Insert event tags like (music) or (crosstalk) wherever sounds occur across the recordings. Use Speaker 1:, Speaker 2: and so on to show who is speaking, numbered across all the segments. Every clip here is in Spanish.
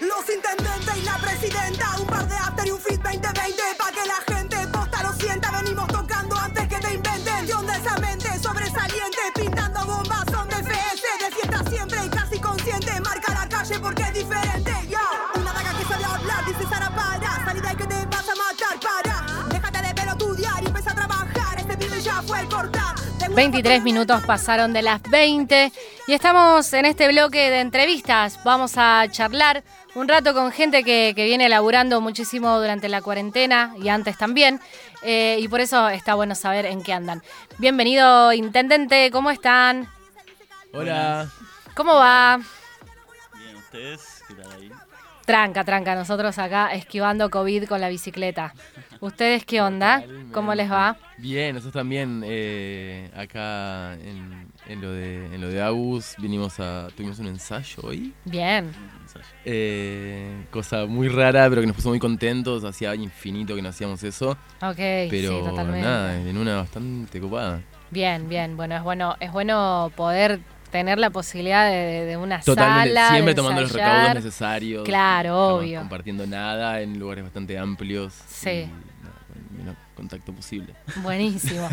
Speaker 1: Somos intendente y la presidenta, un par de after y un fit 2020 pa' que la gente posta lo sienta, venimos tocando antes que te inventen. Guión de esa mente sobresaliente, pintando bombas, son de FS, de fiesta siempre y casi consciente, marca la calle porque es diferente. Yo, una vaga que sabe hablar, dice Sara para, salida y que te vas a matar, para. Déjate de pelotudear y empieza a trabajar, este pibe ya fue el corta.
Speaker 2: 23 minutos pasaron de las 20 y estamos en este bloque de entrevistas. Vamos a charlar un rato con gente que, que viene laburando muchísimo durante la cuarentena y antes también. eh, y por eso está bueno saber en qué andan. Bienvenido, intendente, ¿cómo están?
Speaker 3: Hola.
Speaker 2: ¿Cómo va?
Speaker 4: Bien, ¿ustedes? ¿Qué tal ahí?
Speaker 2: Tranca, tranca, nosotros acá esquivando COVID con la bicicleta. ¿Ustedes qué onda? ¿Cómo les va?
Speaker 3: Bien, nosotros también eh, acá en, en lo de en lo de Agus vinimos a tuvimos un ensayo hoy,
Speaker 2: Bien.
Speaker 3: Eh, cosa muy rara pero que nos puso muy contentos, hacía infinito que no hacíamos eso,
Speaker 2: Ok,
Speaker 3: pero
Speaker 2: sí, totalmente.
Speaker 3: nada, en una bastante copada.
Speaker 2: Bien, bien. Bueno, es bueno, es bueno poder tener la posibilidad de, de- de una
Speaker 3: Totalmente,
Speaker 2: sala.
Speaker 3: siempre
Speaker 2: de
Speaker 3: tomando los
Speaker 2: ensayar.
Speaker 3: recaudos necesarios.
Speaker 2: Claro,
Speaker 3: jamás
Speaker 2: obvio.
Speaker 3: Compartiendo nada en lugares bastante amplios.
Speaker 2: Sí.
Speaker 3: y, nada, con el menor contacto posible.
Speaker 2: (laughs)
Speaker 3: (laughs)
Speaker 2: Buenísimo.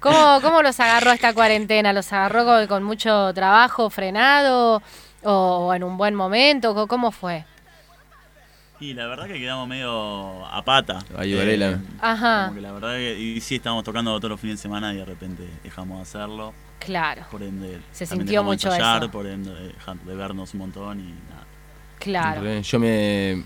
Speaker 2: ¿Cómo, ¿Cómo los agarró esta cuarentena? ¿Los agarró con, con mucho trabajo frenado o en un buen momento? Co- ¿Cómo fue?
Speaker 4: Y la verdad que quedamos medio a pata. Eh,
Speaker 3: Ahí, Varela.
Speaker 2: Ajá.
Speaker 4: Como que la verdad que. Y sí, estábamos tocando todos los fines de semana y de repente dejamos de hacerlo.
Speaker 2: Claro,
Speaker 4: Por ende.
Speaker 2: Se
Speaker 4: también
Speaker 2: sintió
Speaker 4: dejamos de
Speaker 2: mucho
Speaker 4: ensayar,
Speaker 2: eso.
Speaker 4: Por ende, dejamos de vernos un montón y nada.
Speaker 2: claro.
Speaker 3: Re, Yo me,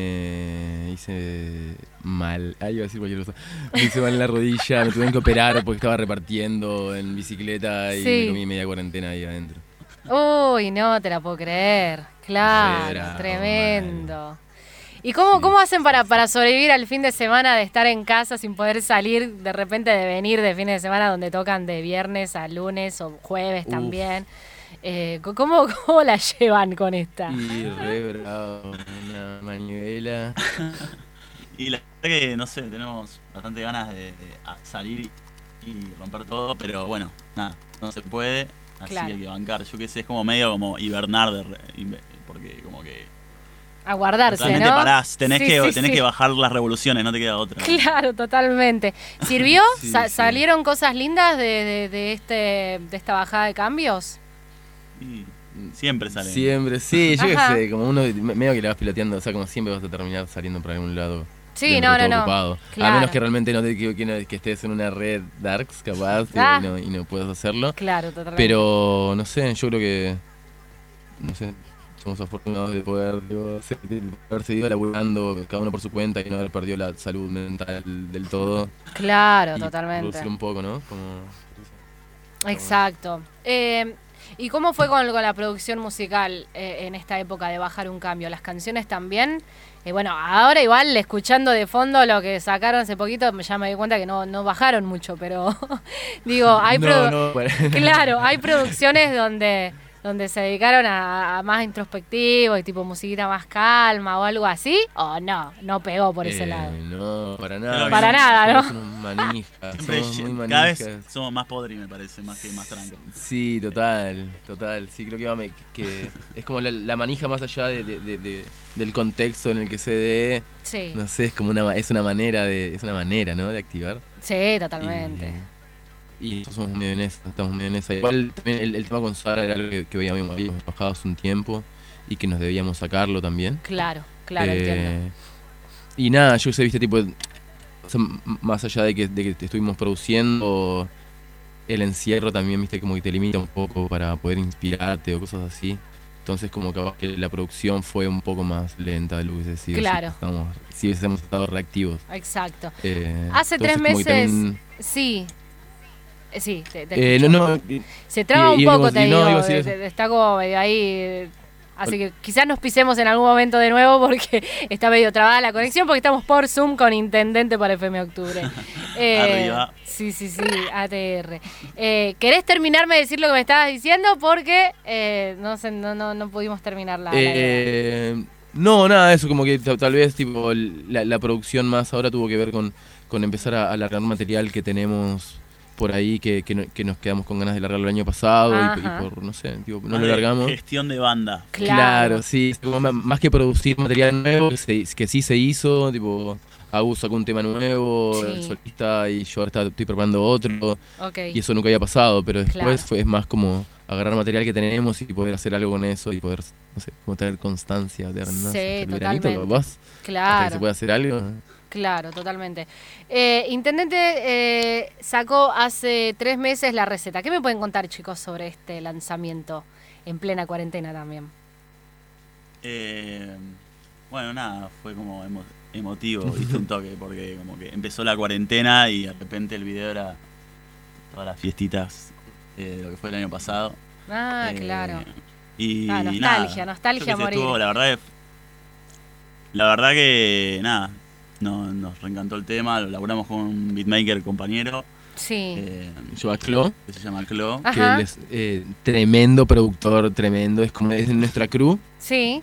Speaker 3: me hice mal. Ah, iba a decir cualquier cosa. Me hice mal en la rodilla, me tuvieron que operar porque estaba repartiendo en bicicleta y
Speaker 2: Sí.
Speaker 3: me comí media cuarentena ahí adentro.
Speaker 2: Uy, no te la puedo creer. Claro,
Speaker 3: Re bravo,
Speaker 2: tremendo. ¿Y cómo, cómo hacen para, para sobrevivir al fin de semana de estar en casa sin poder salir, de repente de venir de fines de semana donde tocan de viernes a lunes o jueves
Speaker 3: Uf.
Speaker 2: también? Eh, co- ¿cómo, ¿Cómo la llevan con esta?
Speaker 3: Y re bravo, una manivela.
Speaker 4: Y la verdad que, no sé, tenemos bastante ganas de, de a- salir y romper todo, pero bueno, nada, no se puede. Así
Speaker 2: Claro.
Speaker 4: hay que bancar. Yo qué sé, es como medio como hibernar de re- inve- porque como que
Speaker 2: Aguardarse,
Speaker 4: realmente
Speaker 2: ¿no?
Speaker 4: parás, tenés,
Speaker 2: Sí,
Speaker 4: que,
Speaker 2: sí,
Speaker 4: tenés
Speaker 2: sí.
Speaker 4: que bajar las revoluciones, no te queda
Speaker 2: (laughs)
Speaker 4: otra.
Speaker 2: Claro, totalmente. ¿Sirvió?
Speaker 3: (laughs) Sí,
Speaker 2: Sa-
Speaker 3: sí.
Speaker 2: ¿Salieron cosas lindas de, de- de este, de esta bajada de cambios?
Speaker 4: Y siempre sale.
Speaker 3: Siempre, sí, yo qué
Speaker 2: Ajá.
Speaker 3: sé, como uno me- medio que la vas piloteando, o sea, como siempre vas a terminar saliendo por algún lado.
Speaker 2: Sí,
Speaker 3: Siempre
Speaker 2: no, no,
Speaker 3: todo
Speaker 2: no.
Speaker 3: ocupado. A
Speaker 2: Claro.
Speaker 3: menos que realmente no te que, que no- que estés en una red darks capaz y-
Speaker 2: Ah.
Speaker 3: y, no, y no puedas hacerlo.
Speaker 2: Claro, totalmente.
Speaker 3: Pero no sé, yo creo que. No sé, somos afortunados de poder digo, se- de haber seguido laburando cada uno por su cuenta y no haber perdido la salud mental del todo.
Speaker 2: Claro,
Speaker 3: y
Speaker 2: totalmente.
Speaker 3: producir un poco, ¿no? Como,
Speaker 2: Exacto. Eh, ¿Y cómo fue con, con la producción musical eh, en esta época de bajar un cambio? ¿Las canciones también? Eh, bueno, ahora igual, escuchando de fondo lo que sacaron hace poquito, ya me di cuenta que no, no bajaron mucho, pero (laughs) digo, hay
Speaker 3: no,
Speaker 2: produ-
Speaker 3: no, (laughs) bueno.
Speaker 2: (laughs) Claro, hay producciones donde, donde se dedicaron a, a más introspectivo y tipo musiquita más calma o algo así, o no, no pegó por ese
Speaker 3: Eh,
Speaker 2: lado.
Speaker 3: No, para nada.
Speaker 4: Para
Speaker 2: nada, ¿no?
Speaker 3: somos unos manijas,
Speaker 4: Siempre
Speaker 3: somos muy
Speaker 4: lle-
Speaker 3: manijas.
Speaker 4: cada vez somos más podres, me parece, más que más tranquilos.
Speaker 3: Sí, total, total. Sí, creo que, va a me- que es como la, la manija más allá de- de- de- de- del contexto en el que se dé.
Speaker 2: Sí,
Speaker 3: No sé, es como una, ma- es una manera de, es una manera, ¿no? De activar.
Speaker 2: sí, totalmente.
Speaker 3: Y, y nosotros somos medio en esa, estamos medio en esa. Igual también el, el tema con Sara era algo que, que habíamos, habíamos trabajado hace un tiempo y que nos debíamos sacarlo también.
Speaker 2: Claro, claro,
Speaker 3: Eh,
Speaker 2: entiendo.
Speaker 3: Y nada, yo sé, viste, tipo, o sea, m- más allá de que, de que te estuvimos produciendo, el encierro también, viste, como que te limita un poco para poder inspirarte o cosas así. Entonces, como capaz que la producción fue un poco más lenta de lo que hubiese sido. si
Speaker 2: Claro.
Speaker 3: estamos- si hubiésemos estado reactivos.
Speaker 2: Exacto.
Speaker 3: Eh,
Speaker 2: Hace tres
Speaker 3: como que
Speaker 2: meses-
Speaker 3: también-
Speaker 2: Sí. Eh, Sí, te- te-
Speaker 3: Eh, no, no, eh,
Speaker 2: se traba
Speaker 3: y-
Speaker 2: un
Speaker 3: y
Speaker 2: poco,
Speaker 3: íbamos-
Speaker 2: te
Speaker 3: y no,
Speaker 2: digo.
Speaker 3: iba a decir
Speaker 2: de-
Speaker 3: eso.
Speaker 2: de- está como medio ahí. eh, Así que quizás nos pisemos en algún momento de nuevo porque (laughs) está medio trabada la conexión porque estamos por Zoom con Intendente para FM
Speaker 3: (laughs)
Speaker 2: Octubre. Eh,
Speaker 4: Arriba.
Speaker 2: Sí, sí, sí, ATR. Eh, ¿Querés terminarme de decir lo que me estabas diciendo? Porque eh, no, sé, no, no, no pudimos terminar la... la idea.
Speaker 3: eh, no, nada, eso como que ta- tal vez tipo la, la producción más ahora tuvo que ver con, con empezar a alargar material que tenemos por ahí que, que, no- que nos quedamos con ganas de largarlo el año pasado y, y
Speaker 2: Ajá.
Speaker 3: por, no sé, tipo, no
Speaker 4: Más
Speaker 3: lo
Speaker 4: de
Speaker 3: largamos.
Speaker 4: Gestión de banda.
Speaker 2: Claro.
Speaker 3: Claro, sí, como ma- más que producir material nuevo, que, se- que sí se hizo, tipo, Agus sacó un tema nuevo, el
Speaker 2: Sí.
Speaker 3: solista, y yo ahora está- estoy preparando otro,
Speaker 2: Ok.
Speaker 3: y eso nunca había pasado, pero después
Speaker 2: Claro.
Speaker 3: fue, es más como agarrar material que tenemos y poder hacer algo con eso y poder, no sé, como tener constancia de ¿no?
Speaker 2: Sí,
Speaker 3: Hasta el veranito,
Speaker 2: totalmente.
Speaker 3: capaz, hasta que se
Speaker 2: Claro.
Speaker 3: pueda hacer algo.
Speaker 2: Claro, totalmente. Eh, Intendente eh, sacó hace tres meses la receta. ¿Qué me pueden contar, chicos, sobre este lanzamiento en plena cuarentena también?
Speaker 4: Eh, bueno, nada, fue como emo-
Speaker 3: (laughs)
Speaker 4: emotivo, viste, un toque, porque como que empezó la cuarentena y de repente el video era todas las fiestitas eh, de lo que fue el año pasado.
Speaker 2: Ah,
Speaker 4: Eh,
Speaker 2: claro.
Speaker 4: Y
Speaker 2: Ah, nostalgia,
Speaker 4: nada,
Speaker 2: nostalgia
Speaker 4: yo qué sé,
Speaker 2: a morir.
Speaker 4: estuvo, la verdad que, la verdad que nada, no, nos reencantó el tema, lo laburamos con un beatmaker compañero
Speaker 2: Sí.
Speaker 4: eh,
Speaker 3: Yo a Clo,
Speaker 4: que se llama Clo.
Speaker 2: Ah.
Speaker 3: que
Speaker 2: Ajá.
Speaker 3: él es eh, tremendo productor, tremendo, es como es nuestra crew.
Speaker 2: Sí.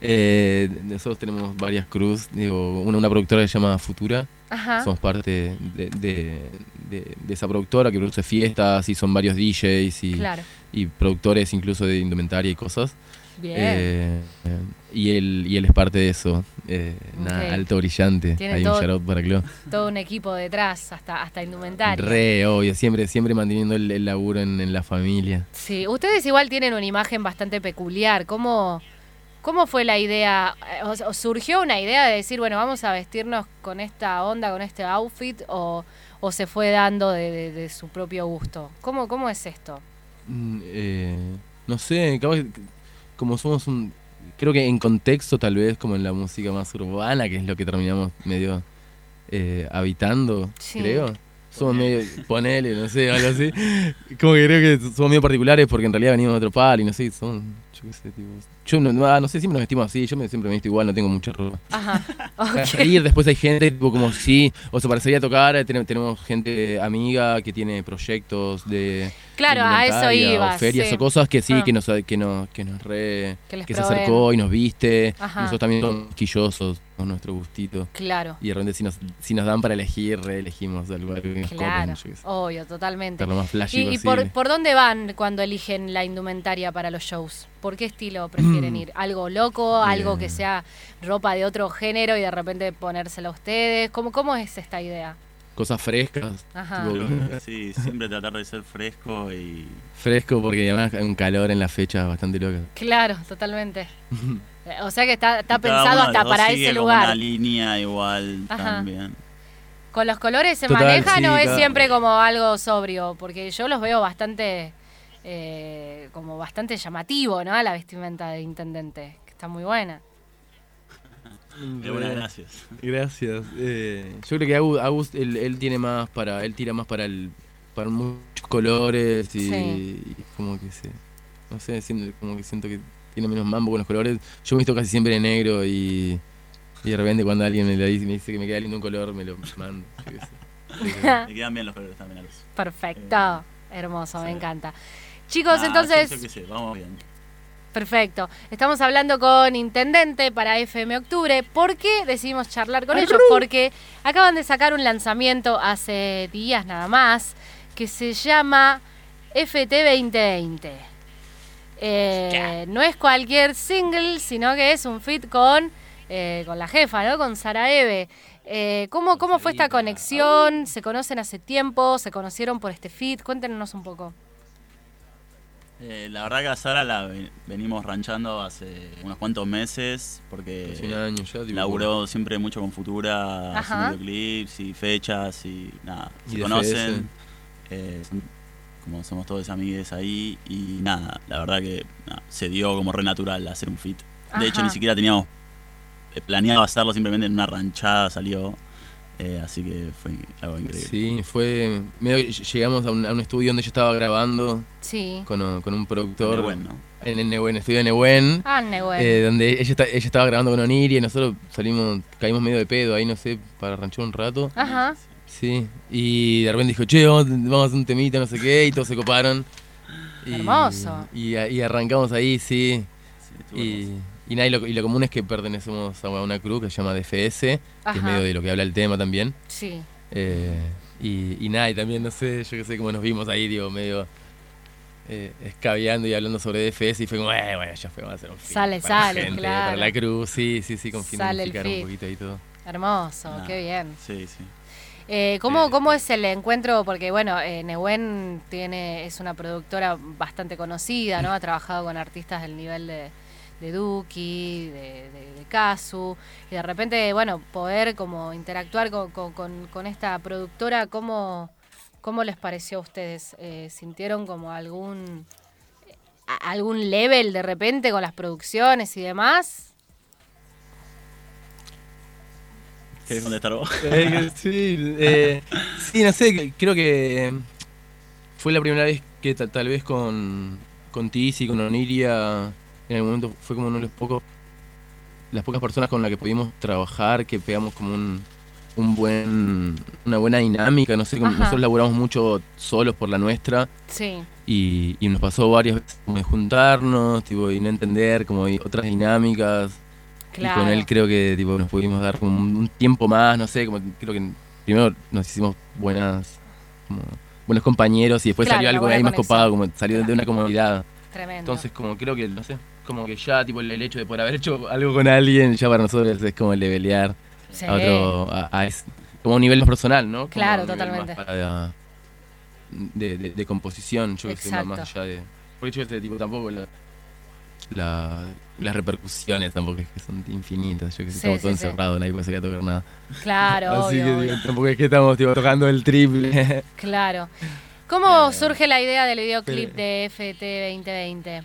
Speaker 3: Eh, nosotros tenemos varias crews, digo, una, una productora que se llama Futura,
Speaker 2: Ajá.
Speaker 3: somos parte de, de- de- de esa productora que produce fiestas y son varios DJs y,
Speaker 2: Claro.
Speaker 3: y productores incluso de indumentaria y cosas.
Speaker 2: Bien.
Speaker 3: Eh, eh, y, él, y él es parte de eso. Eh, nada,
Speaker 2: Ok.
Speaker 3: alto brillante.
Speaker 2: Tiene
Speaker 3: Hay
Speaker 2: todo-
Speaker 3: un shoutout para Clo.
Speaker 2: Todo un equipo detrás, hasta, hasta indumentaria.
Speaker 3: Re, obvio, siempre, siempre manteniendo el, el laburo en, en la familia.
Speaker 2: Sí, ustedes igual tienen una imagen bastante peculiar. ¿Cómo, cómo fue la idea? Eh, o sea, ¿Surgió una idea de decir, bueno, vamos a vestirnos con esta onda, con este outfit? ¿O, o se fue dando de, de- de su propio gusto? ¿Cómo, ¿Cómo es esto?
Speaker 3: Mm, eh, no sé, capaz que- como somos un... Creo que en contexto tal vez como en la música más urbana, que es lo que terminamos medio eh, habitando,
Speaker 2: Sí.
Speaker 3: creo. Somos
Speaker 2: (laughs)
Speaker 3: medio, ponele, no sé, algo así. Como que creo que somos medio particulares porque en realidad venimos de otro palo y no sé, son, yo qué sé, tipo... Yo no, no, ah, no sé, siempre nos vestimos así, yo me, siempre me visto igual, no tengo mucha ropa.
Speaker 2: Ajá.
Speaker 3: Para
Speaker 2: (laughs) ok.
Speaker 3: (laughs) salir, después hay gente tipo, como sí, o sea, para salir a tocar eh, tenem- tenemos gente amiga que tiene proyectos de
Speaker 2: Claro, a eso
Speaker 3: inventaria,
Speaker 2: iba.
Speaker 3: o ferias
Speaker 2: sí.
Speaker 3: o cosas que sí,
Speaker 2: Ah.
Speaker 3: que nos que nos, que nos re
Speaker 2: Que les
Speaker 3: que se
Speaker 2: proveen.
Speaker 3: acercó y nos viste.
Speaker 2: Ajá.
Speaker 3: Nosotros también somos quillosos con nuestro gustito.
Speaker 2: Claro,
Speaker 3: Y de repente si nos, si nos dan para elegir, reelegimos algo que nos
Speaker 2: claro.
Speaker 3: copen, yo qué sé,
Speaker 2: Obvio, totalmente.
Speaker 3: hacer lo más flashy
Speaker 2: ¿Y, y por,
Speaker 3: posible.
Speaker 2: por dónde van cuando eligen la indumentaria para los shows? ¿Por qué estilo prefieren ir? ¿Algo loco? ¿Algo que
Speaker 3: Mm. Bien.
Speaker 2: sea ropa de otro género y de repente ponérsela a ustedes? ¿Cómo, cómo es esta idea?
Speaker 3: Cosas frescas.
Speaker 2: Ajá.
Speaker 3: tipo,
Speaker 4: Pero, sí, siempre tratar de ser fresco y
Speaker 3: fresco porque además hay un calor en la fecha bastante loca.
Speaker 2: Claro,
Speaker 3: (laughs)
Speaker 2: totalmente. Eh, O sea que está, está
Speaker 4: Y cada uno
Speaker 2: pensado
Speaker 4: de
Speaker 2: hasta
Speaker 4: los dos
Speaker 2: para
Speaker 4: sigue
Speaker 2: ese
Speaker 4: como
Speaker 2: lugar.
Speaker 4: Una línea igual
Speaker 2: Ajá.
Speaker 4: también.
Speaker 2: ¿Con los colores se
Speaker 3: Total,
Speaker 2: manejan
Speaker 3: sí,
Speaker 2: o es
Speaker 3: claro.
Speaker 2: siempre como algo sobrio? Porque yo los veo bastante, eh, como bastante llamativo, ¿no? La vestimenta de intendente, que está muy buena.
Speaker 4: Pero bueno, gracias.
Speaker 3: Gracias. Eh, yo creo que Agus, Agus, él, él tiene más para, él tira más para el, para muchos colores y,
Speaker 2: Sí.
Speaker 3: y como que se, no sé, siento- como que siento que tiene menos mambo con los colores. Yo me visto casi siempre de negro y, y de repente cuando alguien me, lo dice, me dice que me queda lindo un color, me lo mando. yo qué sé.
Speaker 2: Ah. (laughs)
Speaker 4: Le quedan bien los colores también a los.
Speaker 2: Perfecto, hermoso, me
Speaker 4: Eh, sí.
Speaker 2: encanta. Chicos,
Speaker 4: Nada, Ah, yo qué
Speaker 2: entonces,
Speaker 4: sé, vamos bien.
Speaker 2: perfecto. Estamos hablando con Intendente para FM Octubre. ¿Por qué decidimos charlar con ellos? Porque acaban de sacar un lanzamiento hace días nada más que se llama FT 2020. Eh, no es cualquier single, sino que es un fit con, eh, con la jefa, ¿no? Con Sara Eve. Eh, ¿cómo, ¿Cómo fue esta conexión? ¿Se conocen hace tiempo? ¿Se conocieron por este fit? Cuéntenos un poco.
Speaker 4: Eh, la verdad que a Sara la ve- venimos ranchando hace unos cuantos meses
Speaker 3: Hace un
Speaker 4: porque
Speaker 3: año ya. tipo,
Speaker 4: laburó siempre mucho con Futura,
Speaker 2: Ajá.
Speaker 4: haciendo clips y fechas y nada,
Speaker 3: Y
Speaker 4: se
Speaker 3: de
Speaker 4: conocen. eh, son- como somos todos amigues ahí y nada, la verdad que nada, se dio como re natural hacer un fit. De hecho,
Speaker 2: Ajá.
Speaker 4: ni siquiera teníamos eh, planeado hacerlo, simplemente en una ranchada salió. eh, así que fue algo increíble.
Speaker 3: Sí, fue, medio que llegamos a un, a un estudio donde yo estaba grabando
Speaker 2: Sí.
Speaker 3: con, con un productor
Speaker 4: Pero bueno,
Speaker 3: en el Nehuen, estudio de Nehuen.
Speaker 2: Ah, Nehuen.
Speaker 3: Eh, donde ella, esta- ella estaba grabando con Oniria y nosotros salimos, caímos medio de pedo ahí, no sé, para ranchar un rato.
Speaker 2: Ajá.
Speaker 3: Sí. Y de repente dijo, che, vamos, vamos a hacer un temita, no sé qué, y todos se coparon. Y-
Speaker 2: Hermoso.
Speaker 3: Y, a- y arrancamos ahí, sí.
Speaker 4: sí, estuvo
Speaker 3: Y, y nada, y lo, y lo común es que pertenecemos a una crew que se llama DFS, que
Speaker 2: Ajá.
Speaker 3: es medio de lo que habla el tema también.
Speaker 2: Sí.
Speaker 3: Eh, Y, y nada, y también, no sé, yo qué sé, cómo nos vimos ahí, digo, medio eh, escabeando y hablando sobre DFS y fue como, eh, bueno, ya fue, vamos a hacer un film.
Speaker 2: Sale,
Speaker 3: para la
Speaker 2: sale,
Speaker 3: gente,
Speaker 2: claro.
Speaker 3: Para la cruz, sí, sí, sí, con fin de
Speaker 2: Sale el
Speaker 3: unificar un
Speaker 2: fit.
Speaker 3: poquito y todo.
Speaker 2: Hermoso,
Speaker 4: Nah.
Speaker 2: qué bien.
Speaker 4: Sí, sí.
Speaker 2: Eh, ¿cómo,
Speaker 4: Eh,
Speaker 2: ¿Cómo es el encuentro? Porque, bueno, eh, Nehuen tiene, es una productora bastante conocida, ¿no? Ha trabajado con artistas del nivel de, de Duki, de, de, de Kazu, y de repente, bueno, poder como interactuar con, con, con- con esta productora, ¿cómo, ¿cómo les pareció a ustedes? Eh, ¿Sintieron como algún, a- algún level de repente con las producciones y demás?
Speaker 4: ¿Querés contestar vos?
Speaker 3: Eh, sí, eh, sí, no sé, que- creo que eh, fue la primera vez que ta- tal vez con, con Tizi, con Oniria, en el momento fue como uno de los pocos, las pocas personas con las que pudimos trabajar, que pegamos como un, un buen, una buena dinámica, no sé, como
Speaker 2: Ajá.
Speaker 3: nosotros laburamos mucho solos por la nuestra
Speaker 2: Sí,
Speaker 3: y, y nos pasó varias veces como de juntarnos, tipo, y no entender, como y otras dinámicas.
Speaker 2: claro.
Speaker 3: Y con él creo que tipo, nos pudimos dar como un, un tiempo más, no sé, como que creo que primero nos hicimos buenas, como buenos compañeros y después
Speaker 2: Claro,
Speaker 3: salió
Speaker 2: una
Speaker 3: algo
Speaker 2: buena
Speaker 3: ahí más
Speaker 2: conexión.
Speaker 3: copado, como salió de una comunidad.
Speaker 2: Tremendo.
Speaker 3: Entonces como creo que, no sé, como que ya tipo el el hecho de por haber hecho algo con alguien, ya para nosotros es como levelear
Speaker 2: Sí.
Speaker 3: a otro, a, a es- como un nivel más personal, ¿no? Como
Speaker 2: Claro,
Speaker 3: un nivel más
Speaker 2: totalmente.
Speaker 3: para- de, de- de composición, yo que sé, más- más
Speaker 2: Exacto.
Speaker 3: allá de... Porque yo este tipo tampoco la- la- las repercusiones tampoco es que son infinitas, yo que
Speaker 2: Sí,
Speaker 3: sé, estamos
Speaker 2: sí,
Speaker 3: todo
Speaker 2: sí.
Speaker 3: encerrado, nadie puede salir a tocar nada.
Speaker 2: Claro,
Speaker 3: Así
Speaker 2: obvio,
Speaker 3: que
Speaker 2: obvio.
Speaker 3: digo, tampoco es que estamos tipo, tocando el triple. (laughs)
Speaker 2: Claro. ¿Cómo
Speaker 3: Eh,
Speaker 2: surge la idea del videoclip de FT 2020?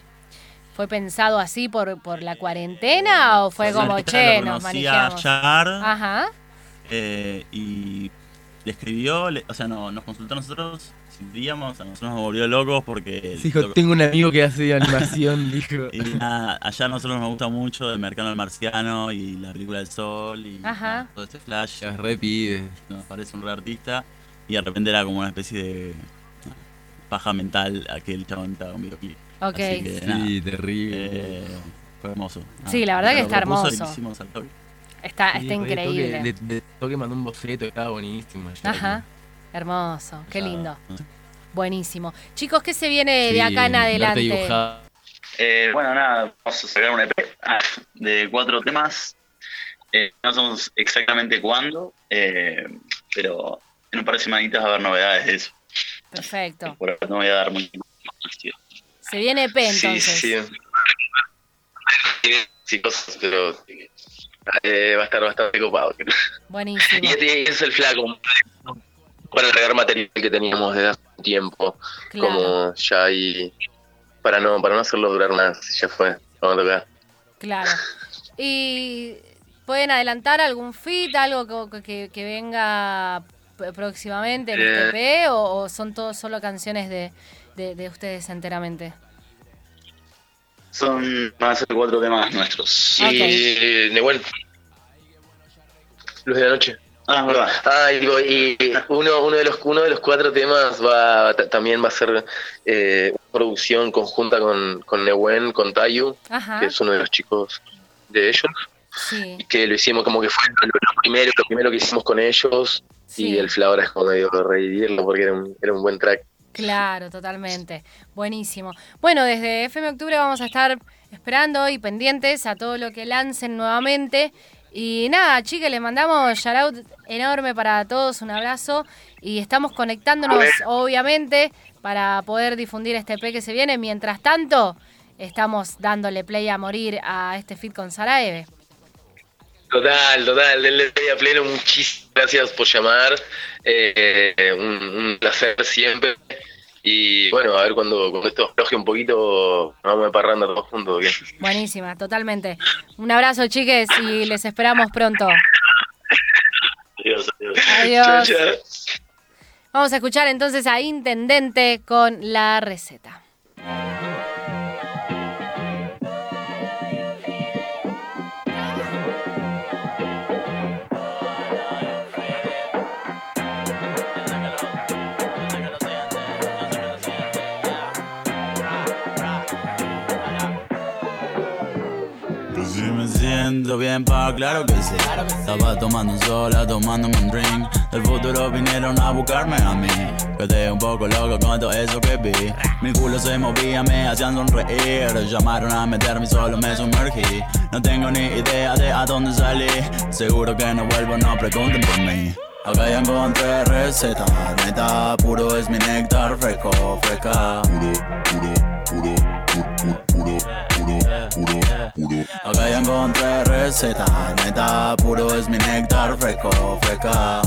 Speaker 2: ¿Fue pensado así por, por la cuarentena o fue
Speaker 4: Yo
Speaker 2: como,
Speaker 4: Eh, (laughs) lo
Speaker 2: che, nos
Speaker 4: conocí a
Speaker 2: manejamos?
Speaker 4: Yar,
Speaker 2: Ajá,
Speaker 4: eh, y le escribió, le- o sea, no, nos consultó a nosotros, sentíamos, a nosotros nos volvió locos porque...
Speaker 3: Sí, dijo, tengo un amigo que hace (laughs) animación, dijo.
Speaker 4: Y nada, allá a nosotros nos gusta mucho el Mercado al Marciano y la película del Sol y
Speaker 2: Ajá.
Speaker 4: nada, todo este flash.
Speaker 3: Ya, re pibe.
Speaker 4: Nos parece un re artista y de repente era como una especie de paja mental aquel chabón estaba un videoclip.
Speaker 2: ok.
Speaker 4: Así que-
Speaker 3: Sí, terrible.
Speaker 4: Eh, fue hermoso.
Speaker 2: Sí, la verdad
Speaker 4: Lo
Speaker 2: que está
Speaker 4: propuso y
Speaker 2: hermoso.
Speaker 4: lo hicimos al toque.
Speaker 2: Ah, Está,
Speaker 3: Sí,
Speaker 2: está
Speaker 3: re toque,
Speaker 2: increíble.
Speaker 3: De, de toque mandó un boceto, estaba buenísimo. ya,
Speaker 2: Ajá. Hermoso, qué
Speaker 4: O sea,
Speaker 2: lindo.
Speaker 4: no sé.
Speaker 2: Buenísimo. Chicos, ¿qué se viene
Speaker 3: Sí,
Speaker 2: Eh, de acá en
Speaker 3: verte
Speaker 2: adelante?
Speaker 3: dibujado.
Speaker 5: Eh, bueno, nada, vamos a sacar un EP ah, de cuatro temas. Eh, no sabemos exactamente cuándo, eh, pero en un par de semanitas va a haber novedades de eso.
Speaker 2: Perfecto.
Speaker 5: Por ahora no voy a dar muy más, tío.
Speaker 2: Se viene EP entonces.
Speaker 5: Sí, sí. Sí, cosas, pero eh, va a estar bastante copado. creo.
Speaker 2: Buenísimo.
Speaker 6: Y este es el flaco para agregar material que teníamos desde hace un tiempo,
Speaker 2: Claro,
Speaker 6: como ya y para no para no hacerlo durar más, ya fue. Vamos a tocar.
Speaker 2: claro. ¿Y pueden adelantar algún fit, algo que, que- que venga p- próximamente en
Speaker 6: Eh.
Speaker 2: este EP o, o son todos solo canciones de, de- de ustedes enteramente?
Speaker 5: Son, van a ser cuatro temas nuestros.
Speaker 2: Ok.
Speaker 6: Y Nehuen. Luz de la noche.
Speaker 5: Ah, es verdad.
Speaker 6: Ah, y, digo, y uno, uno de los uno de los cuatro temas va ta- también va a ser eh, una producción conjunta con, con Nehuen, con Tayu,
Speaker 2: Ajá,
Speaker 6: que es uno de los chicos de ellos,
Speaker 2: Ah, sí,
Speaker 6: que lo hicimos como que fue lo, lo primero, lo primero que hicimos con ellos,
Speaker 2: sí,
Speaker 6: Y el Flower es como digo, revivirlo porque era un, era un buen track.
Speaker 2: claro, totalmente. Buenísimo. Bueno, desde FM Octubre vamos a estar esperando y pendientes a todo lo que lancen nuevamente. Y nada, chicas, les mandamos shoutout enorme para todos, un abrazo. Y estamos conectándonos, obviamente, para poder difundir este EP que se viene. Mientras tanto, estamos dándole play a morir a este fit con Saraeve.
Speaker 6: Total, total, denle play a pleno, muchísimas gracias por llamar, eh, un, un placer siempre. Y bueno, a ver cuando, cuando esto afloje un poquito, nos vamos de parranda todos juntos. ¿ok?
Speaker 2: Buenísima, totalmente. Un abrazo, chiques, y les esperamos pronto.
Speaker 5: Adiós, adiós.
Speaker 2: Adiós.
Speaker 6: Chau, chau.
Speaker 2: Vamos a escuchar entonces a Intendente con la receta.
Speaker 4: Si Pues me siento bien, pa, claro que sí. Estaba tomando un sola, tomándome un drink. Del futuro vinieron a buscarme a mí. Quedé un poco loco con todo eso que vi. Mi culo se movía, me hacían sonreír. Llamaron a meterme y solo me sumergí. No tengo ni idea de a dónde salí. Seguro que no vuelvo, no pregunten por mí. Acá ya encontré receta, neta, puro es mi néctar, fresco, fresca. Acá ya encontré receta, neta, puro es mi néctar, fresco, fresca.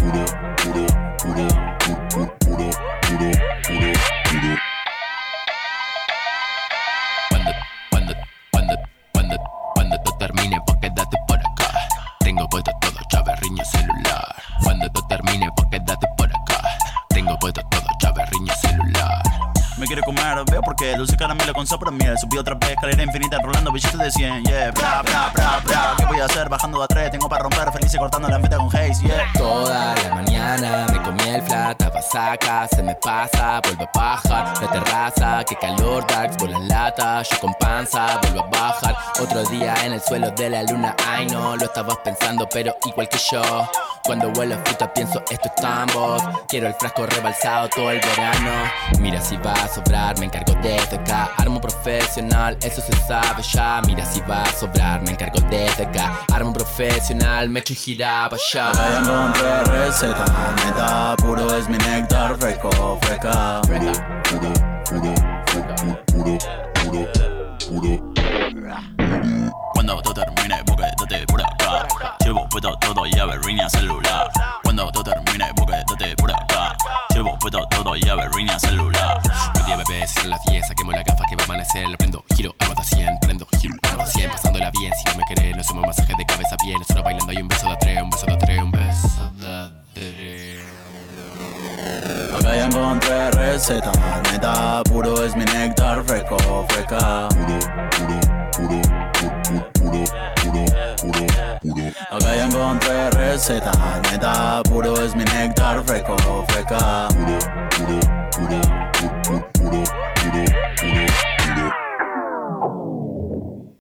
Speaker 3: Cuando, cuando, cuando, cuando, cuando tú termines, vos quedate por acá. Tengo puesto todo, chaverriño celular. Cuando tú termines, vos quedate por acá. Tengo puesto todo, chaverriño celular.
Speaker 4: Me quiero comer, veo porque dulce caramelo con sopra miel. Subí otra vez, escalera infinita, rolando billetes de 100, yeah. Bra, bra, bra, bra. ¿Qué voy a hacer? Bajando a tres, tengo para romper, feliz y cortando la meta con Haze, yeah.
Speaker 3: Toda la mañana me comí el flat, tapa saca, se me pasa, vuelvo a bajar. La terraza, que calor, Dax, bola en lata, yo con panza, vuelvo a bajar. Otro día en el suelo de la luna, ay no, lo estabas pensando, pero igual que yo. Cuando vuelo fruta pienso, esto es tambos. Quiero el frasco rebalsado todo el verano. Mira si va a sobrar, me encargo desde acá. Armo profesional, eso se sabe ya. Mira si va a sobrar, me encargo desde acá. Armo profesional, me echo y gira pa' allá.
Speaker 4: Acá ya encontré receta, neta, puro es mi néctar, fresco, fresca. Cuando tú termines, boquetate por acá. Llevo puesto todo y averriña celular. Cuando tú termines, boquetate por acá. Llevo puesto todo y averriña celular.
Speaker 3: Buen día bebé, son las 10, saquemos la gafa que va a amanecer Lo prendo, giro, armado a 100, prendo, giro, armado a 100 Pasándola bien, si no me querés, le sumo un masaje de cabeza bien Es hora bailando, hay un beso de a tres, un beso de a tres, un beso de a tres
Speaker 4: Acá ya encontré receta, neta, puro es mi néctar, fresco, fresca. Acá ya encontré receta, neta, puro es mi néctar, fresco, fresca.